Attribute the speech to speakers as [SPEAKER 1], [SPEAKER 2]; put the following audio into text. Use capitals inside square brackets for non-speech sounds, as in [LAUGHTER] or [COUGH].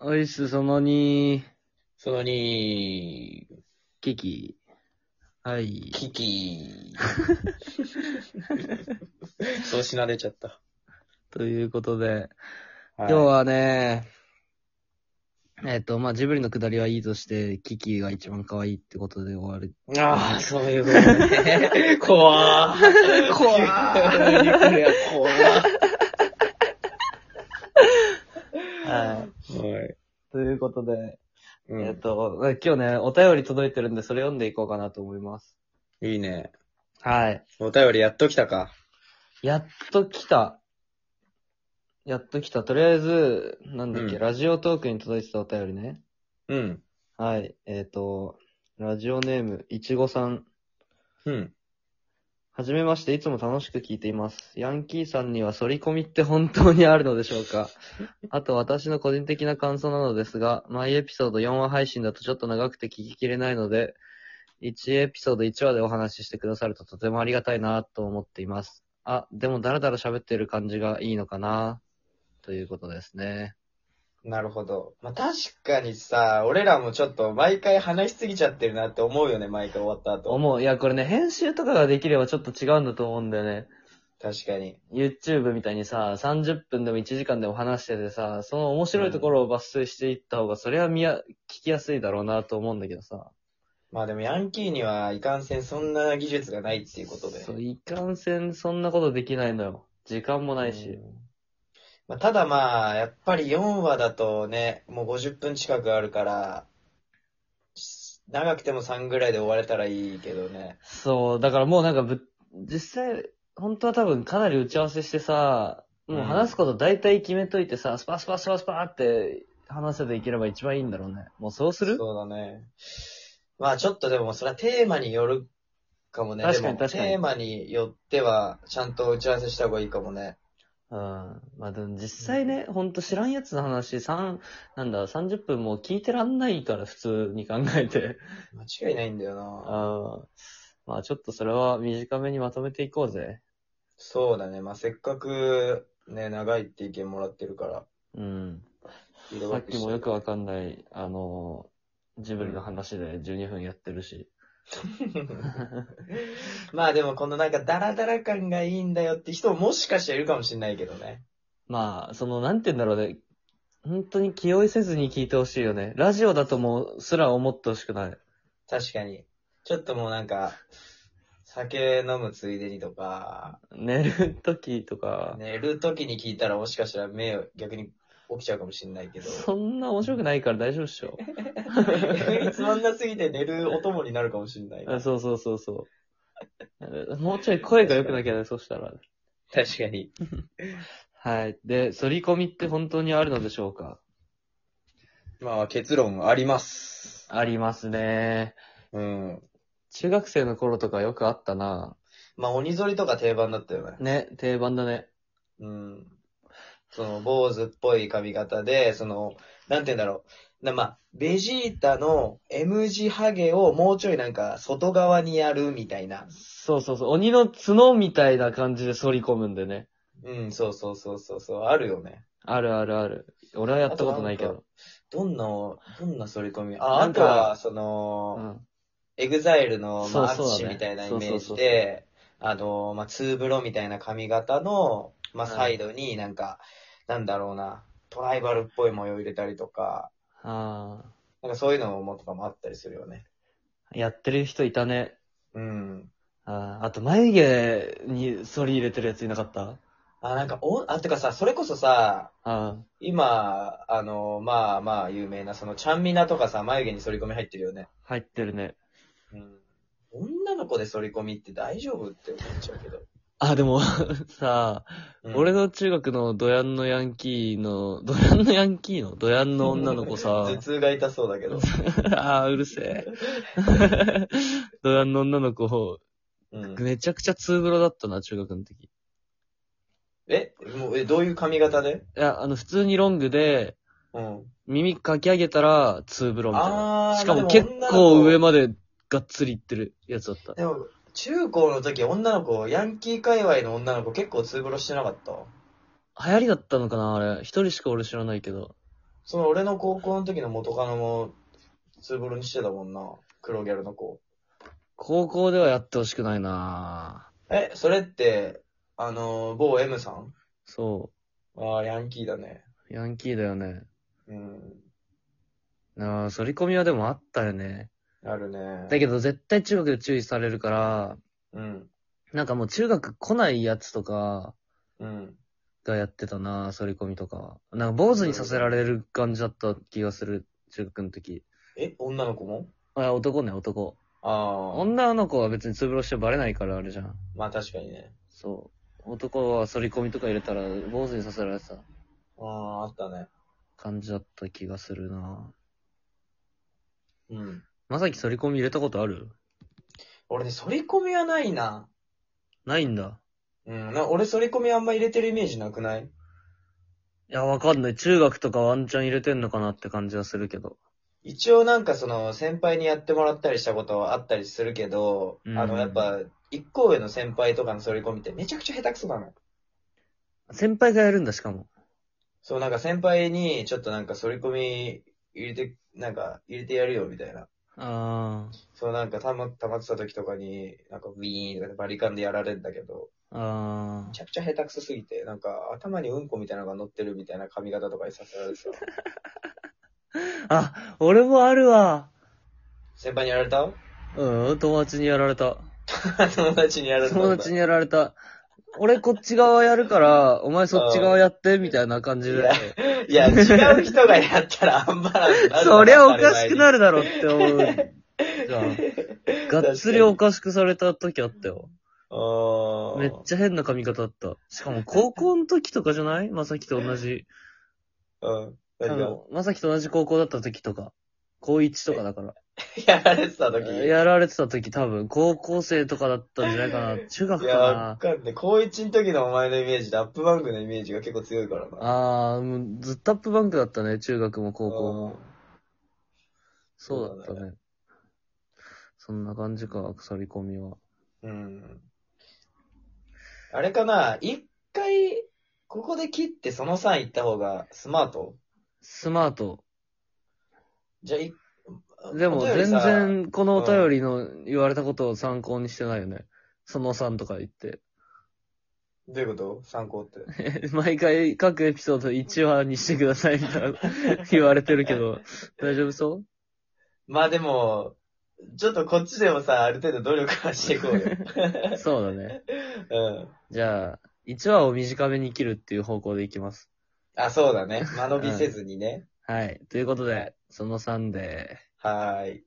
[SPEAKER 1] おいっす、その2、
[SPEAKER 2] その2、
[SPEAKER 1] キキ。はい。
[SPEAKER 2] キキ。そうしなれちゃった。
[SPEAKER 1] ということで、
[SPEAKER 2] はい
[SPEAKER 1] 今日はね、えっ、と、まあ、ジブリの下りはいいとして、キキが一番可愛いってことで終わる。
[SPEAKER 2] ああ、そういうことね。怖ー。
[SPEAKER 1] 怖ー
[SPEAKER 2] ー。怖
[SPEAKER 1] はい。
[SPEAKER 2] ー。はい。
[SPEAKER 1] ということで、
[SPEAKER 2] う
[SPEAKER 1] えっ、と、今日ね、お便り届いてるんで、それ読んでいこうかなと思います。
[SPEAKER 2] ん。いいね。
[SPEAKER 1] はい。
[SPEAKER 2] お便りやっときたか。
[SPEAKER 1] やっと来た。やっと来た。とりあえず、なんだっけ、
[SPEAKER 2] うん
[SPEAKER 1] ラジオトークに届いてたお便りね。
[SPEAKER 2] うん。
[SPEAKER 1] はい。えっ、と、ラジオネーム、いちごさん。
[SPEAKER 2] うん。
[SPEAKER 1] はじめまして、いつも楽しく聞いています。ヤンキーさんには反り込みって本当にあるのでしょう [LAUGHS] かあと私の個人的な感想なのですが、毎エピソード4話配信だとちょっと長くて聞ききれないので、1エピソード1話でお話ししてくださるととてもありがたいなと思っています。あ、でもだらだら喋ってる感じがいいのかなということですね。
[SPEAKER 2] なるほど。まあ、確かにさ、俺らもちょっと毎回話しすぎちゃってるなって思うよね、毎回終わった後。
[SPEAKER 1] 思う。いや、これね、編集とかができればちょっと違うんだと思うんだよね。
[SPEAKER 2] 確かに。
[SPEAKER 1] YouTube みたいにさ、30分でも1時間でも話しててさ、その面白いところを抜粋していった方が、それは見や、聞きやすいだろうなと思うんだけどさ。
[SPEAKER 2] まあでもヤンキーにはいかんせんそんな技術がないっていうことで。
[SPEAKER 1] そう、いかんせんそんなことできないのよ。時間もないし。
[SPEAKER 2] まあ、ただまあ、やっぱり4話だとね、もう50分近くあるから、長くても3ぐらいで終われたらいいけどね。
[SPEAKER 1] そう、だからもうなんかぶ、実際、本当は多分かなり打ち合わせしてさ、もう話すこと大体決めといてさ、スパスパスパスパーって話せていければ一番いいんだろうね。もうそうする
[SPEAKER 2] そうだね。まあちょっとでもそれはテーマによるかもね。
[SPEAKER 1] 確かに
[SPEAKER 2] でも
[SPEAKER 1] 確かに
[SPEAKER 2] テーマによっては、ちゃんと打ち合わせした方がいいかもね。
[SPEAKER 1] うん。まあでも実際ね、ほんと知らんやつの話、三、なんだ、30分も聞いてらんないから、普通に考えて。
[SPEAKER 2] 間違いないんだよな。
[SPEAKER 1] あまあちょっとそれは短めにまとめていこうぜ。
[SPEAKER 2] そうだね。まあせっかく、ね、長いって意見もらってるから、
[SPEAKER 1] うん。
[SPEAKER 2] フィード
[SPEAKER 1] さ
[SPEAKER 2] バッ
[SPEAKER 1] っ
[SPEAKER 2] ク
[SPEAKER 1] き
[SPEAKER 2] して
[SPEAKER 1] もよくわかんない、あの、ジブリの話で12分やってるし。
[SPEAKER 2] [LAUGHS] まあでもこのなんかダラダラ感がいいんだよって人ももしかしたらいるかもしれないけどね。
[SPEAKER 1] まあ、その、なんて言うんだろうね。本当に気負いせずに聞いてほしいよね。ラジオだともう、すら思ってほしくない。
[SPEAKER 2] 確かに。ちょっともうなんか、酒飲むついでにとか、
[SPEAKER 1] 寝る時とか、
[SPEAKER 2] 寝る時に聞いたらもしかしたら目を逆に起きちゃうかもしれないけど。
[SPEAKER 1] そんな面白くないから大丈夫っしょ。
[SPEAKER 2] 逆に [LAUGHS] つまんなすぎて寝るお供になるかもしれない。
[SPEAKER 1] あそうそうそうそう。もうちょい声が良くなきゃね、そしたら。
[SPEAKER 2] 確かに。
[SPEAKER 1] はい。で、反り込みって本当にあるのでしょうか
[SPEAKER 2] まあ結論あります。
[SPEAKER 1] ありますね。
[SPEAKER 2] うん。
[SPEAKER 1] 中学生の頃とかよくあったな。
[SPEAKER 2] まあ鬼ぞりとか定番だったよね。
[SPEAKER 1] ね、定番だね。
[SPEAKER 2] うん。その、坊主っぽい髪型で、その、なんて言うんだろう。なまあ、ベジータの M 字ハゲをもうちょいなんか外側にやるみたいな。
[SPEAKER 1] そうそうそう。鬼の角みたいな感じで反り込むんでね。
[SPEAKER 2] うん、そうそうそうそうそう、あるよね。
[SPEAKER 1] あるあるある。俺はやったことないけ
[SPEAKER 2] あと
[SPEAKER 1] ど。
[SPEAKER 2] どんな、どんな反り込みあ、
[SPEAKER 1] な
[SPEAKER 2] あ
[SPEAKER 1] ん
[SPEAKER 2] と
[SPEAKER 1] か
[SPEAKER 2] は、そうの、
[SPEAKER 1] ん。
[SPEAKER 2] エグザイルの、まあ、ア
[SPEAKER 1] そう
[SPEAKER 2] ッ
[SPEAKER 1] そう
[SPEAKER 2] チ
[SPEAKER 1] だね
[SPEAKER 2] みたいなイメ
[SPEAKER 1] そ
[SPEAKER 2] ー
[SPEAKER 1] うそ
[SPEAKER 2] ジ
[SPEAKER 1] うそう
[SPEAKER 2] で、あの、まあ、ツーブロみたいな髪型の、まあ、
[SPEAKER 1] うん
[SPEAKER 2] サイドになんか、なんだろうな、トライバルっぽい模様入れたりとか、
[SPEAKER 1] ああ。
[SPEAKER 2] なんかそういうのもとかもあったりするよね。
[SPEAKER 1] やってる人いたね。
[SPEAKER 2] うん。
[SPEAKER 1] あーあと、眉毛に反り入れてるやついなかった
[SPEAKER 2] あ、なんか、お、あ、てかさ、それこそさ、
[SPEAKER 1] あ
[SPEAKER 2] 今、あの、まあまあ有名な、その、ちゃんみなとかさ、眉毛に反り込み入ってるよね。
[SPEAKER 1] あ、入ってるね。
[SPEAKER 2] うん。女の子で反り込みって大丈夫って思っちゃうけど。
[SPEAKER 1] あ、でも、 [LAUGHS] さあ、
[SPEAKER 2] うん
[SPEAKER 1] 俺の中学のドヤンのヤンキーの、ドヤンのヤンキーのドヤンの女の子
[SPEAKER 2] [LAUGHS]
[SPEAKER 1] さ、
[SPEAKER 2] 頭痛が痛そうだ
[SPEAKER 1] [LAUGHS]
[SPEAKER 2] けど。
[SPEAKER 1] あーうるせえ。 [LAUGHS] ドヤンの女の子、
[SPEAKER 2] うん。
[SPEAKER 1] めちゃくちゃツーブロだったな、中学の時。い
[SPEAKER 2] え、もう、え、どういう髪型で
[SPEAKER 1] や、あの、普通にロングで、
[SPEAKER 2] うん。
[SPEAKER 1] 耳かき上げたら、ツーブロみたいな。
[SPEAKER 2] あー、
[SPEAKER 1] しかも
[SPEAKER 2] まあ
[SPEAKER 1] 結構上
[SPEAKER 2] でも
[SPEAKER 1] ま
[SPEAKER 2] 女の
[SPEAKER 1] でがっつりいってるやつだった
[SPEAKER 2] 子。でも、中高の時、女の子、ヤンキー界隈の女の子結構ツーブロしてなかった
[SPEAKER 1] 流行りだったのかな、あれ。一人しか俺知らないけど。
[SPEAKER 2] その俺の高校の時の元カノも、ツーブルにしてたもんな。黒ギャルの子。
[SPEAKER 1] 高校ではやってほしくないな
[SPEAKER 2] え、それって、あの、某 M さん
[SPEAKER 1] そ
[SPEAKER 2] ああ、ヤンキーだね。
[SPEAKER 1] う。ヤンキーだよね。
[SPEAKER 2] うん。
[SPEAKER 1] ああ、反り込みはでもあったよね。
[SPEAKER 2] あるね。
[SPEAKER 1] だけど絶対中学で注意されるから、
[SPEAKER 2] うん。
[SPEAKER 1] なんかもう中学来ないやつとか
[SPEAKER 2] うん。
[SPEAKER 1] がやってたな反り込みとかは。なんか坊主にさせられる感じだった気がする、中学の時。
[SPEAKER 2] え、女の子も
[SPEAKER 1] あ、男ね、男。
[SPEAKER 2] ああ。
[SPEAKER 1] 女の子は別につぶろしてバレないからあれじゃん。
[SPEAKER 2] まあ確かにね。
[SPEAKER 1] そう。男は反り込みとか入れたら坊主にさせられてた
[SPEAKER 2] ああ、あったね。
[SPEAKER 1] 感じだった気がするな
[SPEAKER 2] うん。
[SPEAKER 1] まさき反り込み入れたことある
[SPEAKER 2] 俺ね、反り込みはないな。
[SPEAKER 1] ないんだ。
[SPEAKER 2] うん。な俺、反り込みあんま入れてるイメージなくない
[SPEAKER 1] いや、わかんない。中学とかワンチャン入れてんのかなって感じはするけど。
[SPEAKER 2] 一応なんかその、先輩にやってもらったりしたことはあったりするけど、
[SPEAKER 1] うん
[SPEAKER 2] あの、やっぱ、一校上の先輩とかの反り込みってめちゃくちゃ下手くそなの。
[SPEAKER 1] 先輩がやるんだ、しかも。
[SPEAKER 2] そう、なんか先輩に、ちょっとなんか反り込み入れて、なんか入れてやるよみたいな。
[SPEAKER 1] あ
[SPEAKER 2] そう、なんかたま、溜まってた時とかに、なんかウィーンとかでバリカンでやられるんだけど、
[SPEAKER 1] あ、あ
[SPEAKER 2] めちゃくちゃ下手くそすぎて、なんか頭にうんこみたいなのが乗ってるみたいな髪型とかにさせられて
[SPEAKER 1] [LAUGHS]
[SPEAKER 2] さ。
[SPEAKER 1] あ。あ、俺もあるわ。
[SPEAKER 2] 先輩にやられた [LAUGHS]
[SPEAKER 1] うん、友達にやられた。
[SPEAKER 2] 友達にやられたんだ。
[SPEAKER 1] 友達にやられた。俺こっち側やるから、お前そっち側やって、みたいな感じで。
[SPEAKER 2] いや、違う人がやったらあんまなんだ
[SPEAKER 1] [LAUGHS] そりゃおかしくなる
[SPEAKER 2] る
[SPEAKER 1] だろって思う。じゃあ、
[SPEAKER 2] [LAUGHS]
[SPEAKER 1] がっつりおかしくされた時あったよ。
[SPEAKER 2] の。
[SPEAKER 1] めっちゃ変な髪型だった。しかも高校の時とかじゃないまさきと同じ。
[SPEAKER 2] ゃ。うん。
[SPEAKER 1] 多
[SPEAKER 2] 何が
[SPEAKER 1] 分、まさきと同じ高校だった時とか。高1とかだから。
[SPEAKER 2] やられてた時。
[SPEAKER 1] やられてた時多分、高校生とかだったんじゃないかな。中学
[SPEAKER 2] い
[SPEAKER 1] か
[SPEAKER 2] や、わ
[SPEAKER 1] な。
[SPEAKER 2] かんない。高一の時のお前のイメージとアップバンクのイメージが結構強いからな。
[SPEAKER 1] あー、もうずっとアップバンクだったね。中学も高校も。そうだったね。そんな感じか、腐り込みは。
[SPEAKER 2] うん。あれかな一回、ここで切ってその3行った方がスマート
[SPEAKER 1] スマート。
[SPEAKER 2] じゃあ、い
[SPEAKER 1] でも
[SPEAKER 2] お便
[SPEAKER 1] 全
[SPEAKER 2] りさ
[SPEAKER 1] 然このお便りの言われたことを参考にしてないよね。その3とか言って。
[SPEAKER 2] どういうこと参考って。
[SPEAKER 1] 毎回各エピソード1話にしてくださいみたいな言われてるけど、大丈夫そう
[SPEAKER 2] まあでも、ちょっとこっちでもさ、ある程度努力はしていこうよ。
[SPEAKER 1] [LAUGHS] そうだね。
[SPEAKER 2] うん。
[SPEAKER 1] じゃあ、1話を短めに切るっていう方向でいきます。
[SPEAKER 2] あ、そうだね。間延びせずにね。
[SPEAKER 1] はい。ということで、その3で、
[SPEAKER 2] はーい。